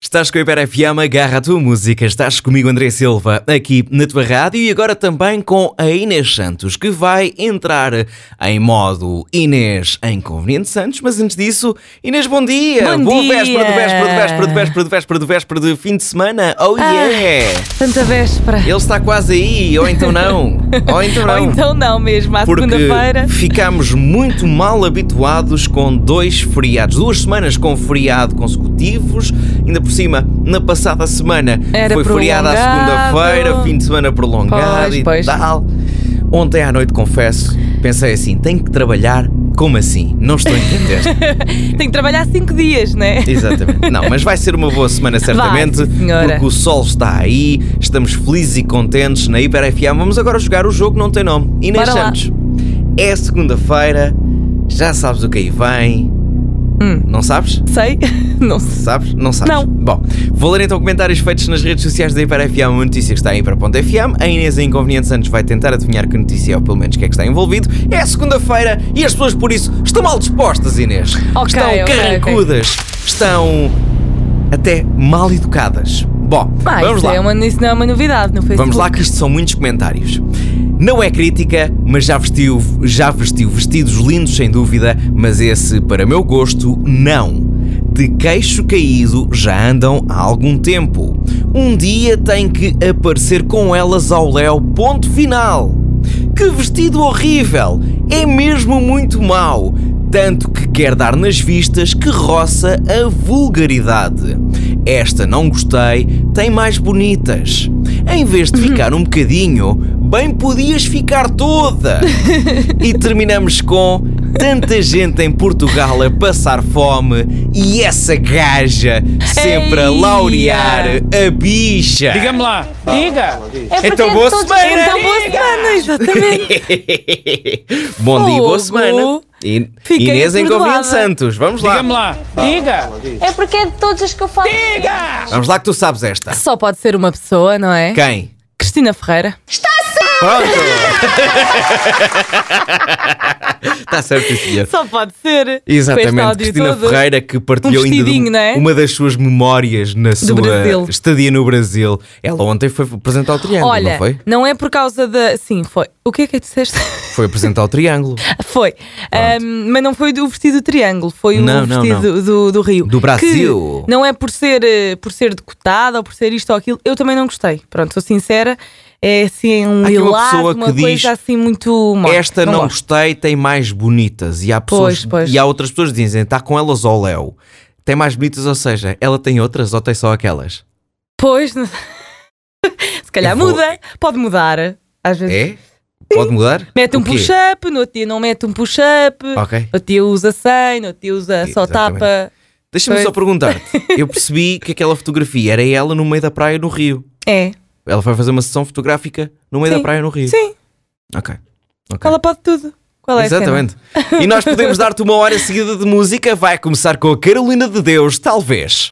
Estás com a Hiper FM, agarra a tua música. Estás comigo, André Silva, aqui na tua rádio e agora também com a Inês Santos, que vai entrar em modo Inês em Conveniente Santos. Mas antes disso, Inês, bom dia! Bom dia! véspera de véspera de véspera de véspera de véspera de véspera de fim de semana. Oh Ah. yeah! Tanta véspera. Ele está quase aí, ou então não. Ou então não. Ou então não mesmo, à Porque segunda-feira. ficámos muito mal habituados com dois feriados, duas semanas com feriado consecutivos, ainda por cima, na passada semana Era foi feriado à prolongado. segunda-feira, fim de semana prolongado Pois, e pois. tal. Ontem à noite, confesso, pensei assim: tenho que trabalhar, como assim? Não estou a entender. Tenho que trabalhar cinco dias, né? Exatamente. Não, mas vai ser uma boa semana, certamente, sim, senhora. porque o sol está aí, estamos felizes e contentes na Hiper FM. Vamos agora jogar o jogo que não tem nome. Inês Bora lá. Santos. É segunda-feira, já sabes o que aí vem. Hum. Não sabes? Sei, não sei. Sabes? Não sabes? Não. Bom, vou ler então comentários feitos nas redes sociais da HiperFM, uma notícia que está em hiper.fm. A Inês a Inconveniente Santos vai tentar adivinhar que notícia é ou pelo menos o que é que está envolvido. É segunda-feira e as pessoas por isso estão mal dispostas, Inês. Ok, estão ok, ok. carrancudas, estão até mal educadas. Bom, Pá, vamos isso, lá. É uma, isso não assim. é uma novidade no Facebook. Vamos lá que isto são muitos comentários. Não é crítica, mas já vestiu, já vestiu vestidos lindos sem dúvida, mas esse, para meu gosto, não. De queixo caído já andam há algum tempo. Um dia tem que aparecer com elas ao léu, ponto final. Que vestido horrível! É mesmo muito mau! Tanto que quer dar nas vistas que roça a vulgaridade. Esta não gostei, tem mais bonitas. Em vez de ficar um bocadinho, bem podias ficar toda! E terminamos com tanta gente em Portugal a passar fome e essa gaja sempre a Eia! laurear a bicha! Diga-me lá. Diga. É Então boa semana! Então boa semana, exatamente. Bom dia, e boa Fogo. semana. In Fiquei Inês em atordoada. Conveniente Santos, vamos lá. Diga-me lá. Diga. É porque é de todas as que eu falo. Vamos lá que tu sabes esta. Só pode ser uma pessoa, não é? Quem? Cristina Ferreira. Pronto! Está Tá certo, sim, senhor. Só pode ser. Com este Exatamente, áudio Cristina todo. Ferreira que partilhou ainda de- vestidinho, não é? uma das suas memórias na sua Brasil. estadia no Brasil. Ela ontem foi apresentar o Triângulo, Olha, não foi? é por causa da. Sim, foi. O que é que é que disseste? Foi apresentar o Triângulo Foi. Ahm, mas não foi do vestido do triângulo, foi Não, o não, vestido não. Do, do, do Rio. Do Brasil. Que não é por ser, eh, por ser decotado ou por ser isto ou aquilo. Eu também não gostei. Pronto, sou sincera. É assim um Há aquela lilás, pessoa uma que coisa diz, assim muito. má. Esta não, gosto. gostei, tem mais bonitas. E há, pessoas, Pois, pois. E há outras pessoas que dizem, está com elas ao Léo. Tem mais bonitas, ou seja, ela tem outras ou tem só aquelas? Pois. não- Se calhar Eu vou- muda. Pode mudar. Às vezes. É? Pode mudar? Mete um É? O quê? push-up, no outro dia não mete um push-up. Ok. No outro dia usa 100, no outro dia usa só Exatamente. tapa. Deixa-me Pois. só perguntar-te. Eu percebi que aquela fotografia era ela no meio da praia no Rio. É. Ela vai fazer uma sessão fotográfica no meio Sim. da praia no Rio. Sim, Ok. ok. ela pode tudo. Qual é a cena? Exatamente. E nós podemos dar-te uma hora seguida de música. Vai começar com a Carolina de Deus, talvez.